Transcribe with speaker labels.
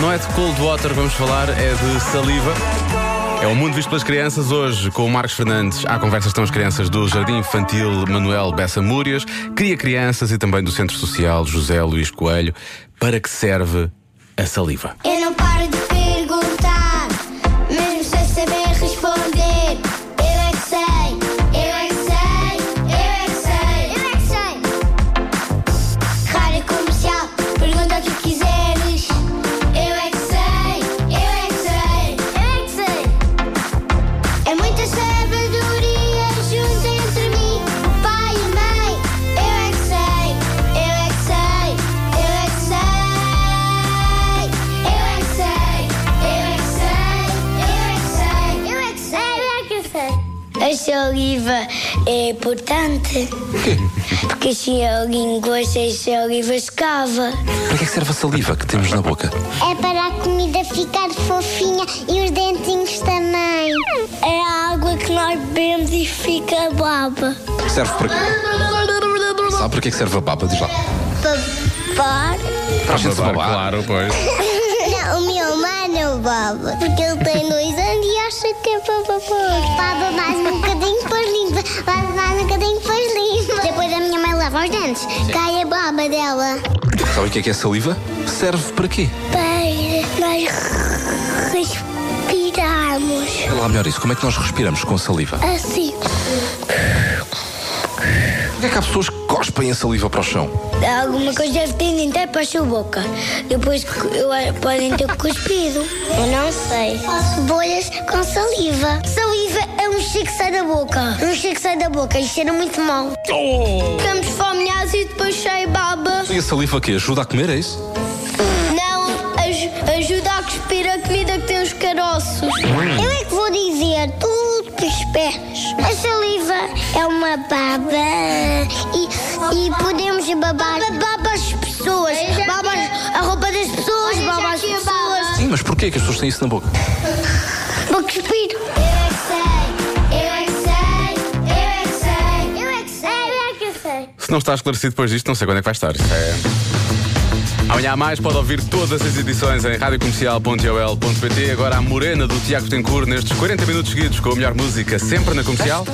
Speaker 1: Não é de cold water que vamos falar, é de saliva. É o mundo visto pelas crianças hoje com o Marcos Fernandes. Há conversas com as crianças do Jardim Infantil Manuel Bessa Múrias, Cria Crianças e também do Centro Social José Luís Coelho. Para que serve a saliva?
Speaker 2: Eu não paro de perguntar, mesmo sem saber responder. Eu é que sei, eu é que sei, eu é que sei, eu é que sei. Rádio comercial, pergunta o que quiseres. Eu é que sei, eu é que sei, eu é que sei. É muita sabedoria junto entre mim, o pai e a mãe. Eu é que sei, eu é que sei, eu é que sei. Eu é que sei, eu é que sei, eu é que sei. Eu é que sei, eu é que sei. A saliva é importante. Porque se a língua sem saliva escava.
Speaker 3: Para que é que serve a saliva que temos na boca?
Speaker 2: É para a comida ficar fofinha e os dentinhos também. É a água que nós bebemos e fica baba.
Speaker 3: Serve para quê? Sabe para que é que serve a baba? Diz lá.
Speaker 2: Babar?
Speaker 3: Para a gente
Speaker 1: Babar,
Speaker 3: babar.
Speaker 1: Claro, pois.
Speaker 2: Não, o meu mano baba. Porque ele tem dois anos e acha que é para babar. Para babar um bocadinho depois limpa. Para babar um bocadinho depois limpa. Depois a minha mãe lava os dentes. Cai a baba dela.
Speaker 3: Sabem o que é que é saliva? Serve para quê?
Speaker 2: Para nós respirarmos
Speaker 3: Olha lá melhor isso. Como é que nós respiramos com a saliva?
Speaker 2: assim.
Speaker 3: Porquê é que há pessoas que cospem a saliva para o chão?
Speaker 2: Alguma coisa deve ter ido até para a sua boca. Depois eu, podem ter cuspido. Eu não sei. Faço bolhas com saliva. Saliva é um chico que sai da boca. Um chico que sai da boca. Isso era muito mal. Ficamos fomeados e depois sai baba.
Speaker 3: E a saliva que ajuda a comer, é isso?
Speaker 2: Não, ajuda a cuspir a comida que tem os caroços. Eu é que vou dizer tudo que esperas. A saliva é uma baba e, e podemos babar. Baba as pessoas, baba a roupa das pessoas, baba as pessoas.
Speaker 3: Sim, mas porquê é que as pessoas têm isso na boca?
Speaker 2: Vou cuspir. Eu é que sei, eu é que sei, eu é que sei, eu é que sei, eu é que sei.
Speaker 1: Se não está esclarecido depois disto, não sei quando é que vai estar. Isto é- Amanhã a mais pode ouvir todas as edições em radiocomercial.ol.pt. Agora a morena do Tiago Tencourt nestes 40 minutos seguidos com a melhor música sempre na comercial.